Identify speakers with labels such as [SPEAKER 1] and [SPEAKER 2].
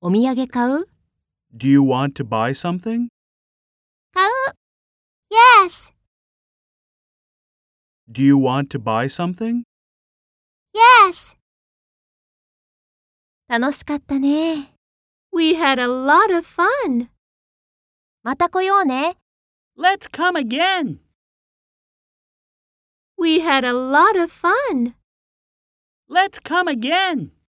[SPEAKER 1] お土産買う
[SPEAKER 2] Do you want to buy something?
[SPEAKER 1] 買う
[SPEAKER 3] Yes,
[SPEAKER 2] Do you want to buy something?
[SPEAKER 3] yes.
[SPEAKER 1] 楽しかったね。We had a lot of fun. また来ようね。
[SPEAKER 2] Let's come again.
[SPEAKER 1] We had a lot of fun.
[SPEAKER 2] Let's come again.